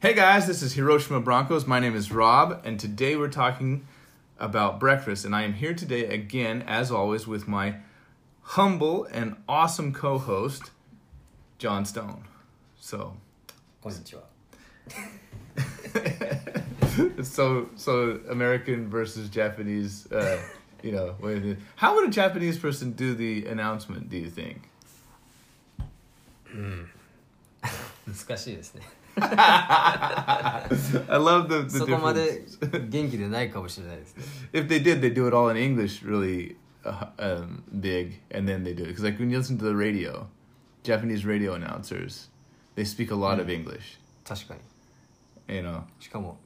Hey guys, this is Hiroshima Broncos. My name is Rob, and today we're talking about breakfast. And I am here today again, as always, with my humble and awesome co host, John Stone. So, こんにちは。 so, so American versus Japanese, uh, you know, what it is. how would a Japanese person do the announcement, do you think? 難しい ですね。 I love the, the そこま difference. で元気でないかもしれないですね。 if they did, they do it all in English, really uh, um, big, and then they do it because like when you listen to the radio, Japanese radio announcers, they speak a lot of English. 確かに。 You know, しかも、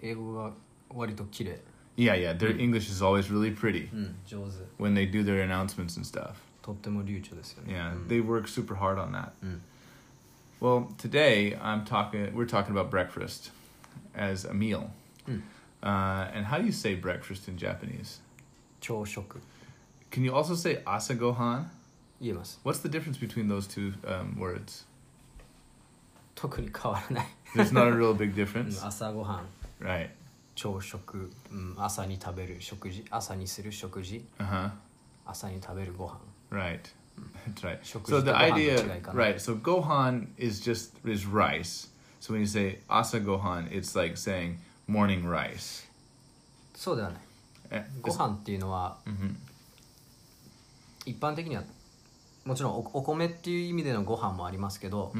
英語が割と綺麗。 yeah, yeah, their English is always really pretty うん、上手。 when they do their announcements and stuff. とっても流暢ですよね。 Yeah, they work super hard on that. Mm. Well, today I'm talking. We're talking about breakfast as a meal, Mm. uh, and how do you say breakfast in Japanese? 朝食。 Can you also say asa gohan? 言えます。 What's the difference between those two um, words? 特に変わらない。 There's not a real big うん difference. 朝ごはん、 Right. 朝食、うん、朝に食べる食事、朝にする食事、 Uh huh. 朝に食べるご飯。 Right. That's right. Shokuji So to the gohan idea, の違いかな。 right? So gohan is just is rice. So when you say asa gohan, it's like saying morning rice. そうではない。 Eh, ご it's- Mm-hmm. 飯っていうのは、一般的にはもちろんおお米っていう意味でのご飯もありますけど、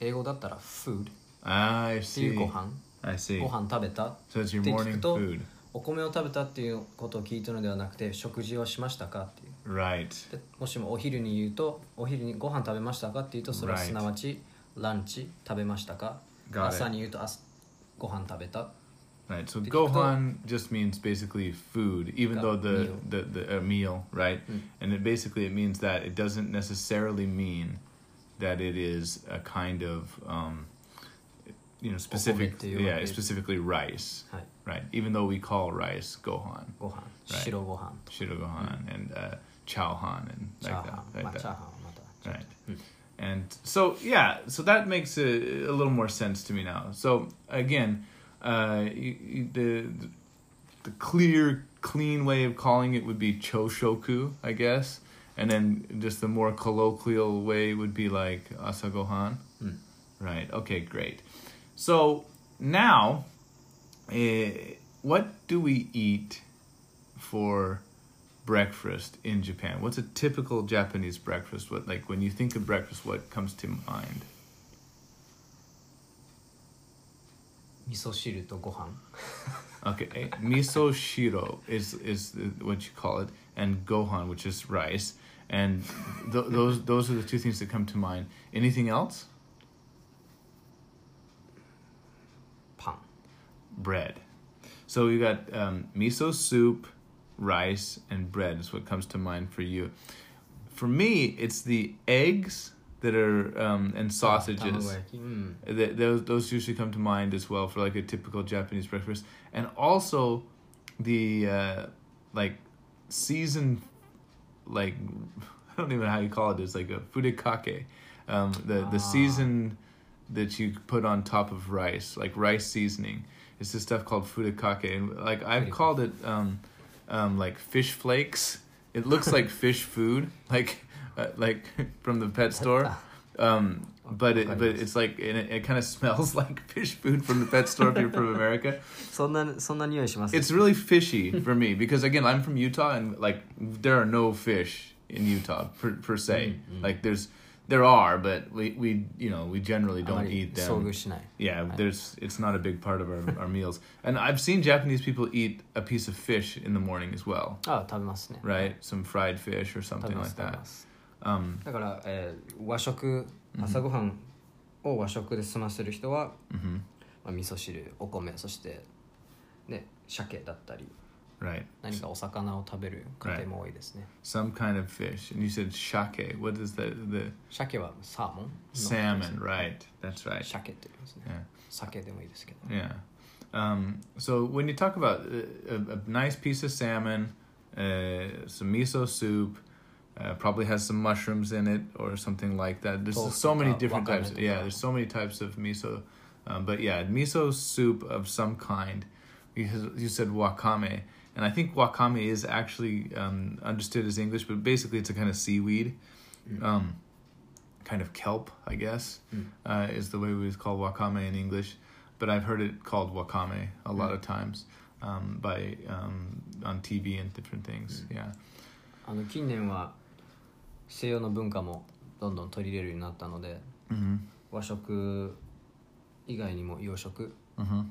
英語だったら「food」Mm-hmm. っ I ていう see. ご飯 I ご see. 飯食べたっ So て it's your 聞 morning くと food. お米を食べたっていうことを聞いたのではなくて食事をしましたかっていう Right. でもしもお昼に言うとお昼にご飯食べましたかって言うとそれは Right. すなわちランチ食べましたか Got it. 朝に言うと朝ご飯食べた Right. So Did you gohan just means basically food, even Got though the meal. Hmm. the, the a meal, right? And it basically it means that it doesn't necessarily mean that it is a kind of um, you know specific, to you, yeah, okay. specifically rice, はい right? Even though we call rice gohan, ご飯白ご飯 shiro gohan, Hmm. and uh, chowhan, and チ like ャー that, ハン、 like まあチャー that. ハンはまた Right. And so yeah, so that makes a, a little more sense to me now. So again, uh, you, you, the the clear, clean way of calling it would be choshoku, I guess, and then just the more colloquial way would be like asagohan. Mm. Right. Okay. Great. So now, eh, what do we eat for? breakfast in Japan? What's a typical Japanese breakfast? What like when you think of breakfast, what comes to mind? 味噌汁とご飯 Okay, eh, miso shiro is is what you call it, and gohan, which is rice, and th- those those are the two things that come to mind. Anything else? パン Bread. So you got um, miso soup, rice, and bread is what comes to mind for you. For me, it's the eggs that are um, and sausages. 卵焼きうん Th- those those usually come to mind as well for like a typical Japanese breakfast, and also the uh, like seasoned like I don't even know how you call it. It's like a furikake, um, the the Ah. season that you put on top of rice, like rice seasoning. It's this stuff called furikake, and like I've Furikake. called it um, um, like fish flakes. It looks like fish food, like uh, like from the pet store. あ Um, but it, Okay. but it's like and it, it kind of smells like fish food from the pet store if you're from America. そんなそんな匂いします It's really fishy for me because again I'm from Utah and like there are no fish in Utah per, per se. Mm, mm. Like there's there are, but we, we you know we generally あま don't り eat 遭 them. 遇しない Yeah, Right. there's it's not a big part of our, our meals. And I've seen Japanese people eat a piece of fish in the morning as well, あ食べますね right? Some fried fish or 食 something べます like 食べ that. ます、 Um, だから、えー和食朝ごはんを和食で済ませる人は、 mhm, まあ、味噌汁お米そしてね鮭だったり right. 何かお魚を食べる家庭も多いですね、 some kind of fish. And you said shake. What is the the 鮭はサーモン salmon? Right. That's right. 鮭って言いますね Yeah. 鮭でもいいですけど Yeah. Um, so when you talk about uh, a, a nice piece of salmon, uh, some miso soup, uh, probably has some mushrooms in it or something like that. There's Tofu so many ka different wakame types. to Yeah, ka. there's so many types of miso Um, but yeah, miso soup of some kind. You, you said wakame, and I think wakame is actually um, understood as English, but basically it's a kind of seaweed, um, kind of kelp, I guess, uh, is the way we would call wakame in English. But I've heard it called wakame a lot of times um, by um, on TV and different things. Yeah. あの近年は西洋の文化もどんどん取り入れるようになったので Mm-hmm. 和食以外にも洋食 Mm-hmm.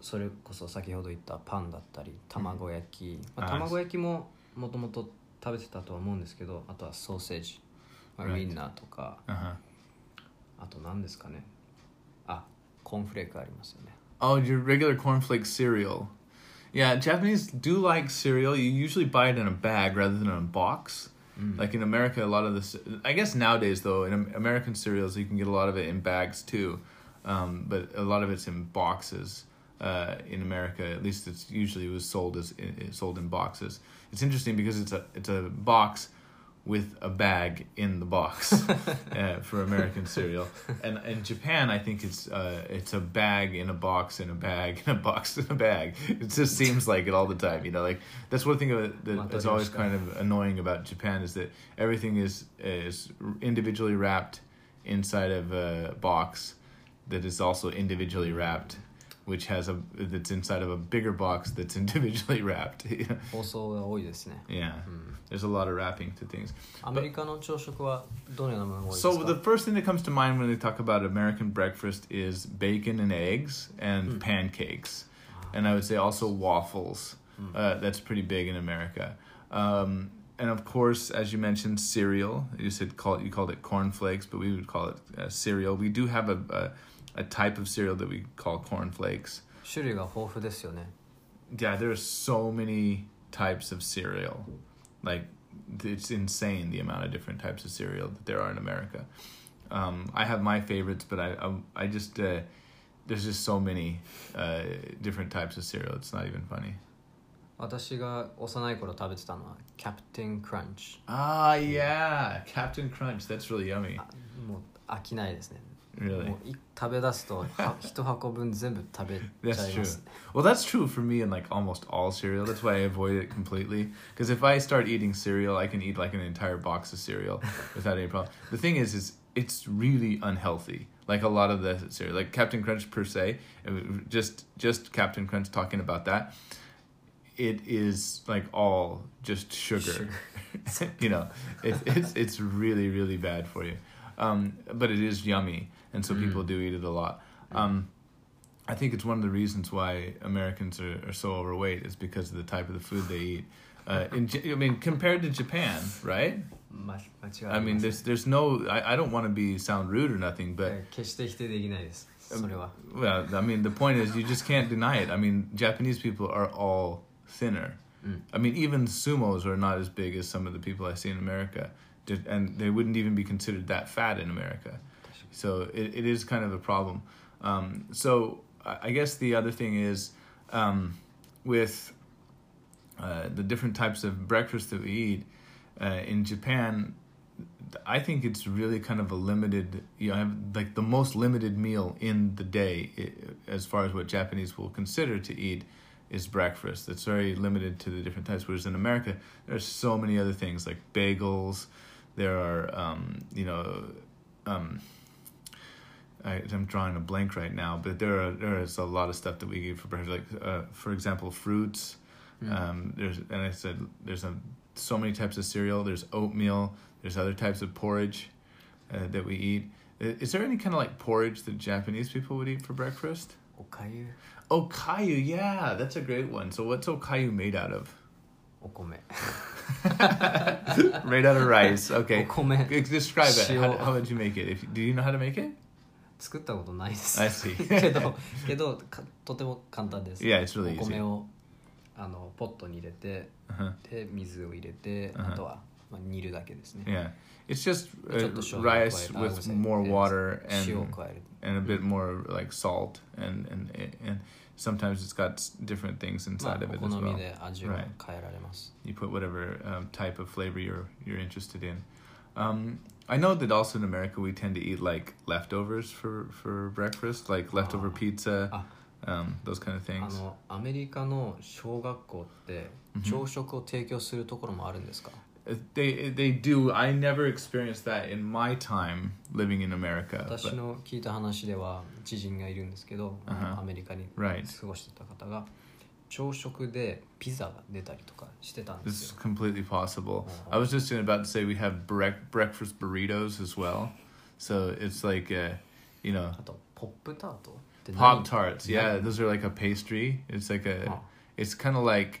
それこそ先ほど言ったパンだったり卵焼き、まあ、あー卵焼きももともと食べてたとは思うんですけどあとはソーセージ、まあ、ウ Right. インナーとか Uh huh. あと何ですかねあコーンフレークありますよね Oh, your regular cornflake cereal. Yeah, Japanese do like cereal. You usually buy it in a bag rather than in a box. Mm. Like in America, a lot of this. I guess nowadays, though, in Am- American cereals, you can get a lot of it in bags too. Um, but a lot of it's in boxes. Uh, in America, at least, it's usually was sold as i- i- sold in boxes. It's interesting because it's a it's a box with a bag in the box uh, for American cereal. And in Japan, I think it's uh, it's a bag in a box in a bag in a box in a bag. It just seems like it all the time. You know, like that's one thing that that is always kind of annoying about Japan is that everything is is individually wrapped inside of a box that is also individually wrapped. Which has a that's inside of a bigger box that's individually wrapped. 放送が多いですね yeah, there's a lot of wrapping to things. アメリカの朝食はどのようなものが多いですか So the first thing that comes to mind when they talk about American breakfast is bacon and eggs and pancakes, and I would say also waffles. Uh, that's pretty big in America. Um, and of course, as you mentioned, cereal. You said call you called it cornflakes, but we would call it uh, cereal. We do have a, a a type of cereal that we call cornflakes. 種類が豊富ですよね Yeah, there are so many types of cereal. Like, it's insane the amount of different types of cereal that there are in America. Um, I have my favorites, but I I, I just uh, there's just so many uh, different types of cereal. It's not even funny. 私が幼い頃食べてたのはキャプテンクランチ Ah, yeah, Captain Crunch. That's really yummy. あもう飽きないですね Really. もうい食べ出すとは一箱分全部食べちゃ That's い true. ます、 Well, that's true for me in like almost all cereal. That's why I avoid it completely. Because if I start eating cereal, I can eat like an entire box of cereal without any problem. The thing is, is it's really unhealthy. Like a lot of the cereal, like Captain Crunch per se, it was just just Captain Crunch talking about that. It is like all just sugar. you know, it, it's it's really really bad for you. Um, but it is yummy, and so people do eat it a lot. Um, I think it's one of the reasons why Americans are, are so overweight is because of the type of the food they eat. Uh, in, J- I mean, compared to Japan, right? ま、間違い I あり mean, ません there's there's no. I, I don't want to be sound rude or nothing, but えー決して否定できないですそれは well, I mean, the point is you just can't deny it. I mean, Japanese people are all thinner. I mean, even sumos are not as big as some of the people I see in America, Ju- and they wouldn't even be considered that fat in America. So it, it is kind of a problem. Um, so I I guess the other thing is um, with uh, the different types of breakfast that we eat uh, in Japan, I think it's really kind of a limited, you know, I have like the most limited meal in the day i- as far as what Japanese will consider to eat is breakfast. It's very limited to the different types. Whereas in America, there's so many other things like bagels. There are, um, you know, um, I, I'm drawing a blank right now, but there are there is a lot of stuff that we eat for breakfast. Like, uh, for example, fruits. Um, there's and I said there's a, so many types of cereal. There's oatmeal. There's other types of porridge uh, that we eat. I- Is there any kind of like porridge that Japanese people would eat for breakfast? おかゆ Okayu, yeah, that's a great one. So what's okayu made out of? お米 made out of rice. Okay. Okome. Ex- Describe it. How, Shio. how would you make it? If do you know how to make it? 作ったことないです I see. けどけどかとても簡単です、 Yeah, it's really お easy. 米をあのポットに入れて Uh-huh. で水を入れて、うんあとは、まあ、煮るだけですね、 Yeah, it's just uh, ちょっと醤油を加えて、 rice I would with say, more yes. water and 塩を加える and a bit more like salt and and and sometimes it's got s- different things まあ inside of お it as 好み well. で味を Right. 変えられます、 You put whatever um, type of flavor you're you're interested in. Um, I know that also in America we tend to eat like leftovers for for breakfast, like leftover pizza, um, those kind of あ things. のアメリカの小学校って朝食を提供するところもあるんですか、 They they do. I never experienced that in my time living in America. 私 but- の聞いた話では知人がいるんですけど、 Uh-huh. アメリカに Right. 過ごしてた方が朝食でピザが出たりとかしてたんで This す is よ completely possible. I was just about to say we have brec- breakfast burritos as well. So it's like, uh, you know, あとポップタートって何 Pop Tarts. Yeah, those are like a pastry. It's like a, Oh. it's kind of like,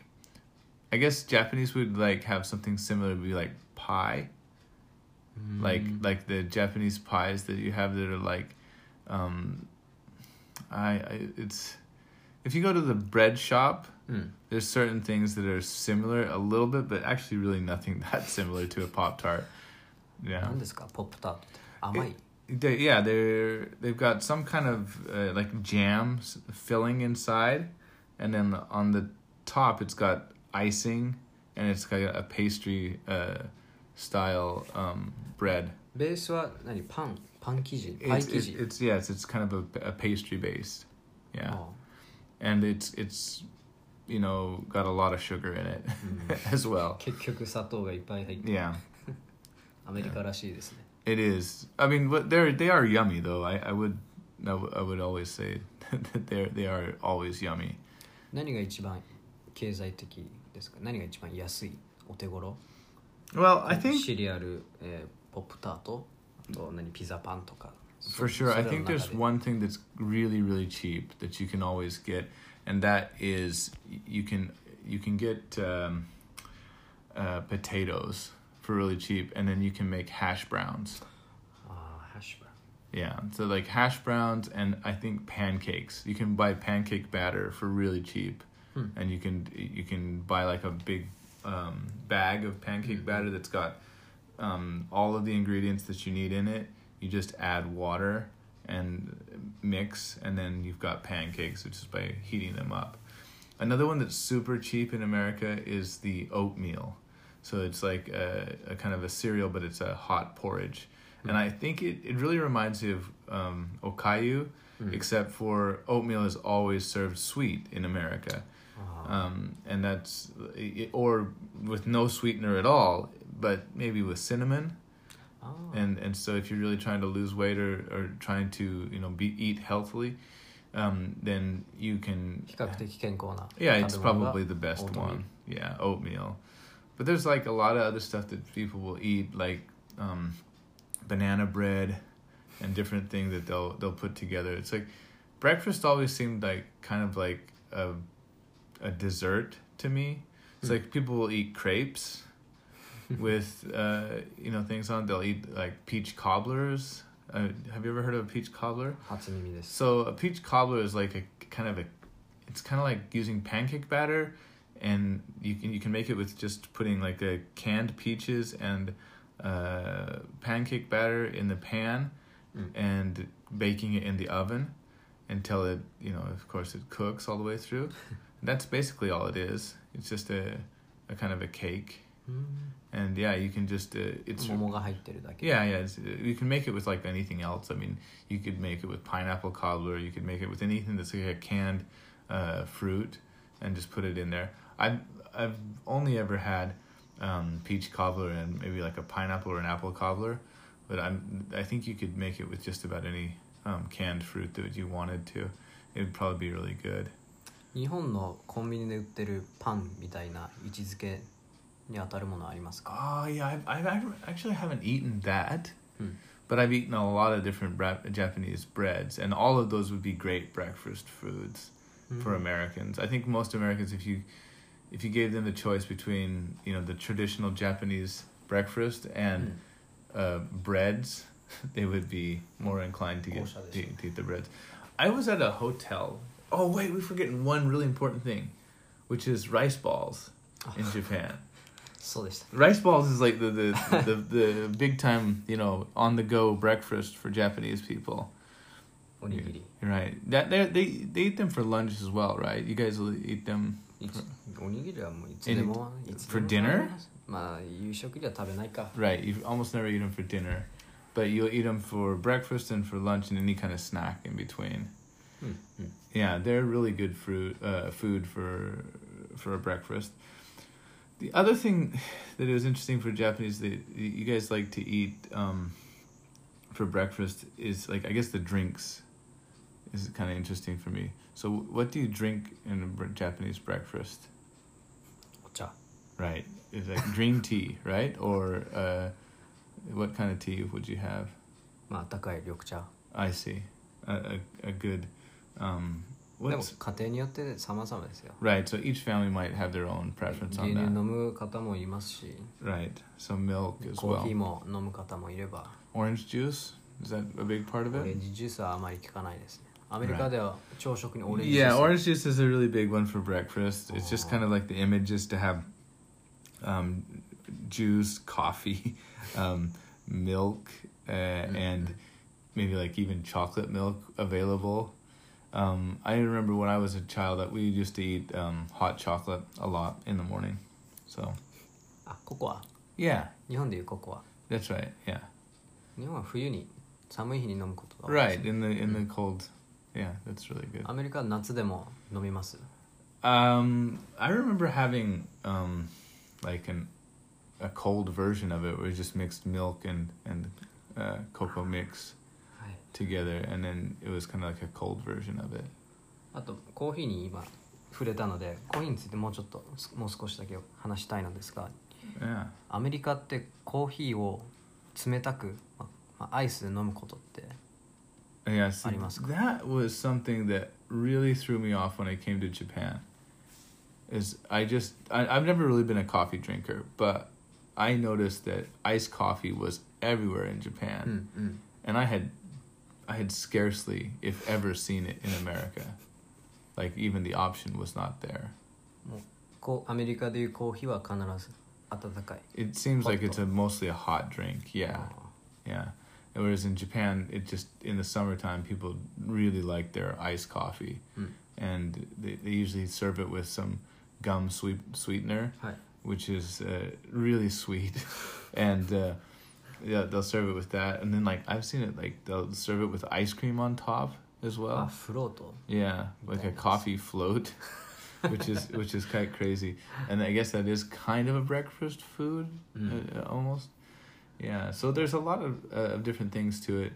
I guess Japanese would like have something similar to be like pie. Mm-hmm. Like, like the Japanese pies that you have that are like, um, I, I, it's, if you go to the bread shop, うん、 there's certain things that are similar a little bit, but actually really nothing that similar to a pop tart. な Yeah. んですかポップタートって甘い They, yeah, they're they've got some kind of uh, like jam s- filling inside, and then on the top it's got icing, and it's got a pastry uh, style um, bread. ベースは何パンパン生地パイ It's, 生 it's, 地 it's yeah, it's, it's kind of a, a pastry based, yeah, あ and it's it's you know got a lot of sugar in it as あ well. 結局砂糖がいっぱい入って Yeah. アメリカらしいですね It is. I mean, but they're they are yummy though. I, I would I would- I would always say that they're they are always yummy. 何が一番経済的ですか何が一番安いお手頃 Well, I think シリアル、えーポップタートあと何ピザパンとか for そ sure. それ I らの think there's 中で one thing that's really really cheap that you can always get, and that is you can you can get um, uh, potatoes for really cheap, and then you can make hash browns. あーハッシュブラウン Yeah, so like hash browns and I think pancakes. You can buy pancake batter for really cheap, and you can you can buy like a big um, bag of pancake batter that's got um, all of the ingredients that you need in it. You just add water and mix, and then you've got pancakes, which is by heating them up. Another one that's super cheap in America is the oatmeal. So it's like a, a kind of a cereal, but it's a hot porridge. And I think it, it really reminds me of um, okayu, except for oatmeal is always served sweet in America. Um, and that's, it, or with no sweetener at all, but maybe with cinnamon. あー And, and so if you're really trying to lose weight or, or trying to, you know, be, eat healthily, um, then you can 比較的健康な yeah, it's 食べ物が probably the best oatmeal. one. Yeah, oatmeal. But there's like a lot of other stuff that people will eat, like um, banana bread and different things that they'll they'll put together. It's like breakfast always seemed like kind of like a a dessert to me. It's like people will eat crepes with uh, you know things on. They'll eat like peach cobblers. Uh, have you ever heard of a peach cobbler? 初耳です So a peach cobbler is like a kind of a, it's kind of like using pancake batter, and you can you can make it with just putting like a canned peaches and uh, pancake batter in the pan, Mm. and baking it in the oven until it you know of course it cooks all the way through. That's basically all it is. It's just a, a kind of a cake, うーん and yeah, you can just uh, it's 桃が入ってるだけ yeah, yeah. It's, you can make it with like anything else. I mean, you could make it with pineapple cobbler. You could make it with anything that's like a canned uh, fruit, and just put it in there. I've I've only ever had um, peach cobbler and maybe like a pineapple or an apple cobbler, but I'm I think you could make it with just about any um, canned fruit that you wanted to. It'd probably be really good. 日本のコンビニで売ってるパンみたいな位置づけに当たるものありますか Oh yeah, I I actually haven't eaten that. Hmm. But I've eaten a lot of different bra- Japanese breads, and all of those would be great breakfast foods Hmm. for Americans. I think most Americans, if you if you gave them the choice between you know the traditional Japanese breakfast and uh, breads, they would be more inclined to get Gosha to, desu. to eat the breads. I was at a hotel. Oh wait, we're forgetting one really important thing, which is rice balls in Japan. そうでした Rice balls is like the the, the the big time, you know, on the go breakfast for Japanese people. おにぎり Right. That they they they eat them for lunch as well, right? You guys will eat them. いつおにぎりはもういつでもいつでも for dinner? まあ夕食には食べないか Right, you almost never eat them for dinner, but you'll eat them for breakfast and for lunch and any kind of snack in between. うんうん Yeah, they're really good fruit uh, food for for a breakfast. The other thing that is interesting for Japanese that you guys like to eat um, for breakfast is like I guess the drinks is kind of interesting for me. So what do you drink in a br- Japanese breakfast? お茶 Right, is like green tea, right? Or uh, what kind of tea would you have? まあ温かい緑茶 I see, a a, a good. Um, でも what's 家庭によって様々ですよ Right, so each family might have their own 牛 preference 乳 on 飲 that. む方もいますし Right, so milk as コーヒー well. も飲む方もいれば Orange juice, is that a big part of オレ it? ンジジュースはあまり効かないですねアメリカでは朝食にオレンジジュース Yeah, orange juice is a really big one for breakfast. It's just kind of like the image is to have um, juice, coffee, um, milk, uh, and maybe like even chocolate milk available. Um, I remember when I was a child that we used to eat um, hot chocolate a lot in the morning. So, あココア yeah, 日本でいうココア that's right, yeah. 日本は冬に寒い日に飲むことが多いです Right in the in the cold, yeah, that's really good. アメリカは夏でも飲みます Um, I remember having um, like an a cold version of it where you just mixed milk and and uh, cocoa mix はい together, and then it was kind of like a cold version of it. あとコーヒーに今触れたのでコーヒーについてもうちょっともう少しだけ話したいのですが Yeah, アメリカってコーヒーを冷たく、ままあ、アイスで飲むことって And yeah. so Arimasu. that was something that really threw me off when I came to Japan. Is I just I, I've never really been a coffee drinker, but I noticed that iced coffee was everywhere in Japan. うんうん and I had, I had scarcely, if ever, seen it in America. Like even the option was not there. もうこうアメリカでいうコーヒーは必ず温かい It seems like Hot it's a mostly a hot drink. Yeah, yeah. And Whereas in Japan, it just in the summertime people really like their iced coffee, Mm. and they they usually serve it with some gum sweet sweetener, はい which is uh, really sweet, and. Uh, yeah, they'll serve it with that, and then like I've seen it like they'll serve it with ice cream on top as well. あフロート Yeah, like a Dennis. coffee float, which is which is quite crazy, and I guess that is kind of a breakfast food, Mm. uh, uh, almost. Yeah, so there's a lot of uh, of different things to it.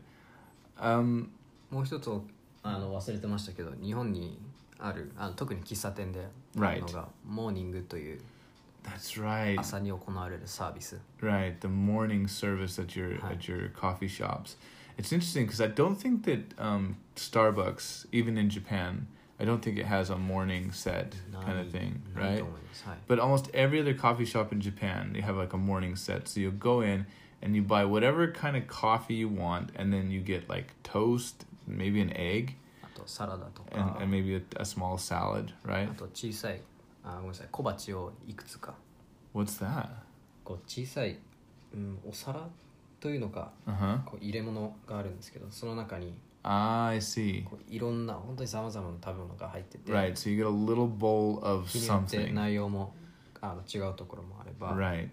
Um, もう一つあの忘れてましたけど日本にあるあの特に喫茶店である right, のがモーニングという that's right, 朝に行われるサービス right. The morning service at your Hi. at your coffee shops. It's interesting because I don't think that um, Starbucks, even in Japan, I don't think it has a morning set ない kind of thing, ない right? と思いますはい But almost every other coffee shop in Japan, they have like a morning set. So you go in and you buy whatever kind of coffee you want, and then you get like toast, maybe an egg, あとサラダと and, か and maybe a, a small salad, あ right? と小さいあごめんなさい小鉢をいくつか What's that? こう小さい、うん、お皿というのか Uh huh. こう入れ物があるんですけどその中に Ah, I see. こういろんな本当にさまざまな食べ物が入ってて、 Right. So you get a little bowl of 日によって something. 内容もあの違うところもあれば、 Right.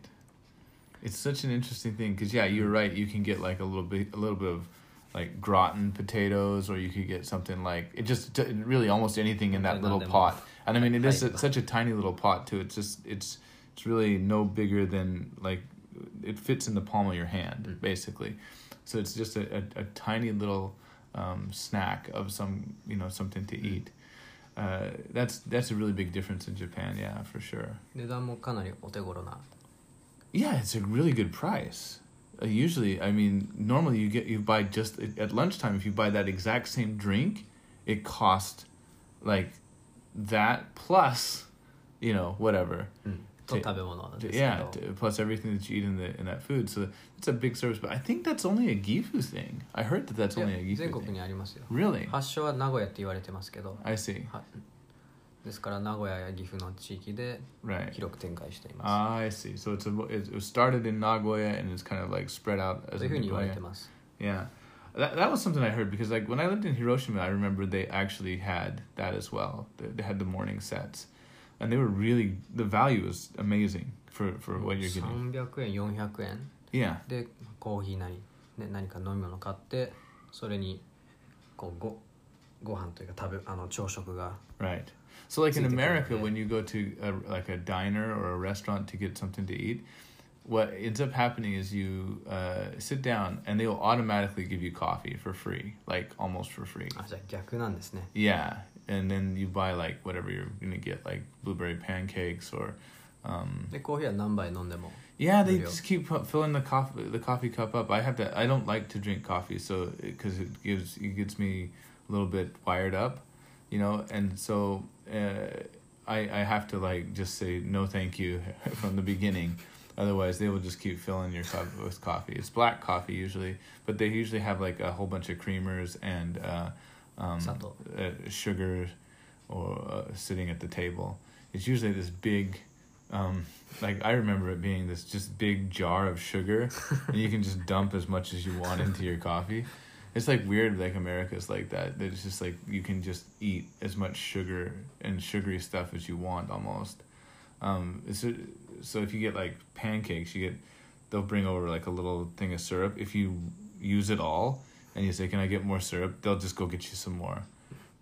It's such an interesting thing because yeah, you're right. You can get like a little bit, a little bit of like gratin potatoes, or you could get something like it. Just d- really almost anything in that Like little nothing. pot. And I mean, it is Right. a, such a tiny little pot too. It's just it's it's really no bigger than like it fits in the palm of your hand Mm. basically. So it's just a, a, a tiny little um, snack of some you know something to eat. Uh, that's that's a really big difference in Japan. Yeah, for sure. 値段もかなりお手頃な Yeah, it's a really good price. Uh, usually, I mean, normally you get you buy just at lunchtime. If you buy that exact same drink, it cost like that plus, you know, whatever. と食べ物なんですけど yeah, t- plus everything that you eat in the in that food. So it's a big service. But I think that's only a Gifu thing. I heard that that's いや only a Gifu 全国 thing. にありますよ Really? 発祥は名古屋って言われてますけど I see. はですから名古屋や岐阜の地域で Right. 広く展開していま Ah, I see. So it's a, it was started in Nagoya and it's kind of like spread out す as と a いうふうに言われ Nagoya. てます Yeah. That, that was something I heard because like when I lived in Hiroshima, I remember they actually had that as well. They, they had the morning sets, and they were really the value was amazing for for what you're getting. 300円400円 Yeah, でコーヒーなり、ね、何か飲み物買ってそれにこうごご飯というか食べあの朝食が right. So like in It's a different America, way. when you go to a, like a diner or a restaurant to get something to eat, what ends up happening is you uh, sit down and they will automatically give you coffee for free, like almost for free. あじゃあ逆なんですね Yeah, and then you buy like whatever you're gonna get, like blueberry pancakes or. Um, でコーヒーは何杯飲んでも Yeah, they Video. just keep pu- filling the coffee the coffee cup up. I have to. I don't like to drink coffee, so because it gives it gets me a little bit wired up, you know. And so uh, I I have to like just say no, thank you from the beginning. Otherwise, they will just keep filling your cup with coffee. It's black coffee usually, but they usually have like a whole bunch of creamers and uh, um, Sato. uh, sugar or uh, sitting at the table. It's usually this big, um, like I remember it being this just big jar of sugar, and you can just dump as much as you want into your coffee. It's like weird, like America's like that. that It's just like you can just eat as much sugar and sugary stuff as you want almost. Um, so, so if you get like pancakes, you get they'll bring over like a little thing of syrup. If you use it all and you say, "Can I get more syrup?" They'll just go get you some more.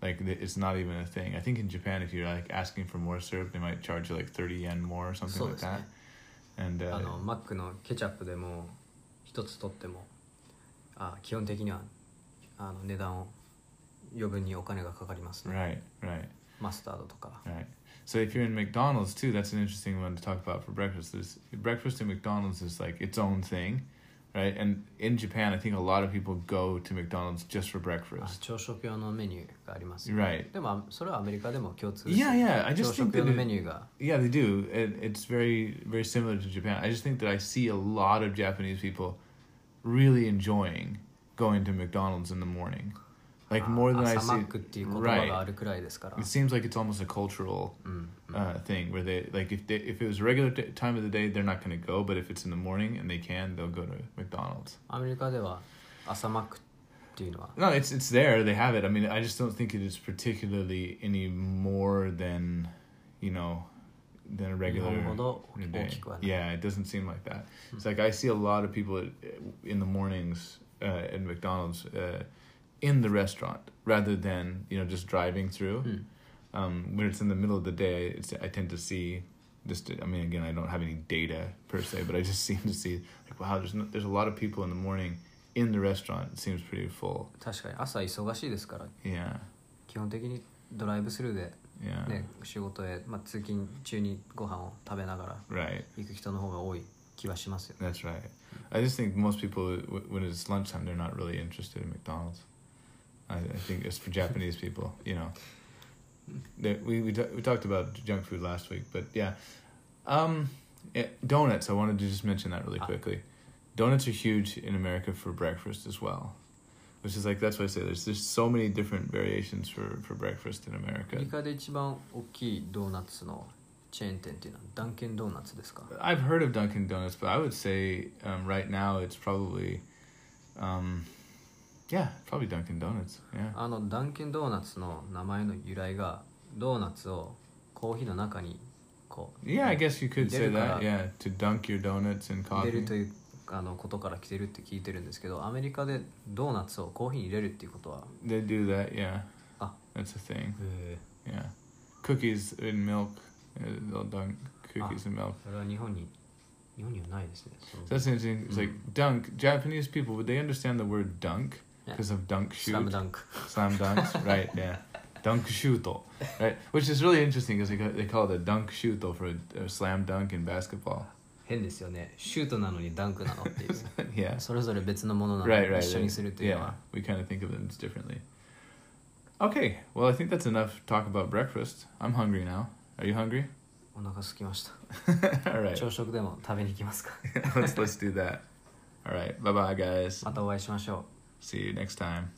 Like th- it's not even a thing. I think in Japan, if you're like asking for more syrup, they might charge you like thirty yen more or something そうで like すね that. And あ uh, のマックのケチャップでも一つ取ってもあ基本的にはあの値段を余分にお金がかかりますね right, right, マスタードとか right. So if you're in McDonald's too, that's an interesting one to talk about for breakfast. There's breakfast in McDonald's is like its own thing, right? And in Japan, I think a lot of people go to McDonald's just for あ breakfast. 朝食用のメニューがありますよ Right. でもあそれはアメリカでも共通する Yeah, yeah. I 朝 just think 食用 that の it, メニューが Yeah, they do. It, it's very very similar to Japan. I just think that I see a lot of Japanese people really enjoying going to McDonald's in the morning, like あ more than I 朝マ see. ックっていう言葉があ Right. るくらいですから、 It seems like it's almost a cultural うん、 uh, thing where they like if they if it was regular t- time of the day they're not going to go, but if it's in the morning and they can, they'll go to McDonald's. アメリカでは朝マックっていうのは No, it's it's there. They have it. I mean, I just don't think it is particularly any more than, you know, than a 日 regular. 本ほど in a 大 day. きくはない Yeah, it doesn't seem like that. It's like I see a lot of people at, uh, in the mornings uh, at McDonald's uh, in the restaurant rather than you know just driving through. うん Um, when it's in the middle of the day, it's, I tend to see just. I mean, again, I don't have any data per se, but I just seem to see like wow, there's no, there's a lot of people in the morning in the restaurant. It seems pretty full. 確かに朝忙しいですから Yeah, 基本的にドライブスルーで、 yeah, ね、仕事へ、まあ、通勤中にご飯を食べながら right. 行く人の方が多い気はしますよ That's right. I just think most people, w- when it's lunchtime, they're not really interested in McDonald's. I, I think it's for Japanese people, you know. That we we, ta- we talked about junk food last week, but yeah, um, eh, donuts. I wanted to just mention that really Ah. quickly. Donuts are huge in America for breakfast as well, which is like that's why I say there's there's so many different variations for for breakfast in アメリ America. カで一番大きいドーナツのチェーン店っていうのはダンケンドーナツですか I've heard of Dunkin' Donuts, but I would say um, right now it's probably, um, yeah, probably Dunkin' Donuts. Yeah. あのダンケンドーナツの名前の由来がドーナツをコーヒーの中にこう Yeah, I guess you could say that. Delicato. Yeah, to dunk your donuts in 入れる coffee. というあのことから来てるって聞いてるんですけどアメリカでドーナツをコーヒーに入れるっていうことは They do that. Yeah, あ that's a thing. へえ Yeah, cookies and milk. uh, They'll dunk cookies and milk. それは日本に日本にはないですねそう So that's interesting. Hmm. It's like dunk. Japanese people would they understand the word dunk Yeah. because of dunk スラム shoot? ダンク Slam dunks, right? Yeah, dunk shooto, right? Which is really interesting because they ca- they call it a dunk shooto for a, a slam dunk in basketball. 変ですよねシュートなのにダンクなのっていう yeah, それぞれ別のものな の right, right. に一緒にする right. という Yeah, のは we kind of think of them differently. Okay, well, I think that's enough talk about breakfast. I'm hungry now. Are you hungry? お腹空きました、 All right, 朝食でも食べに行きますか let's let's do that. All right, bye bye, guys. またお会いしましょう See you next time.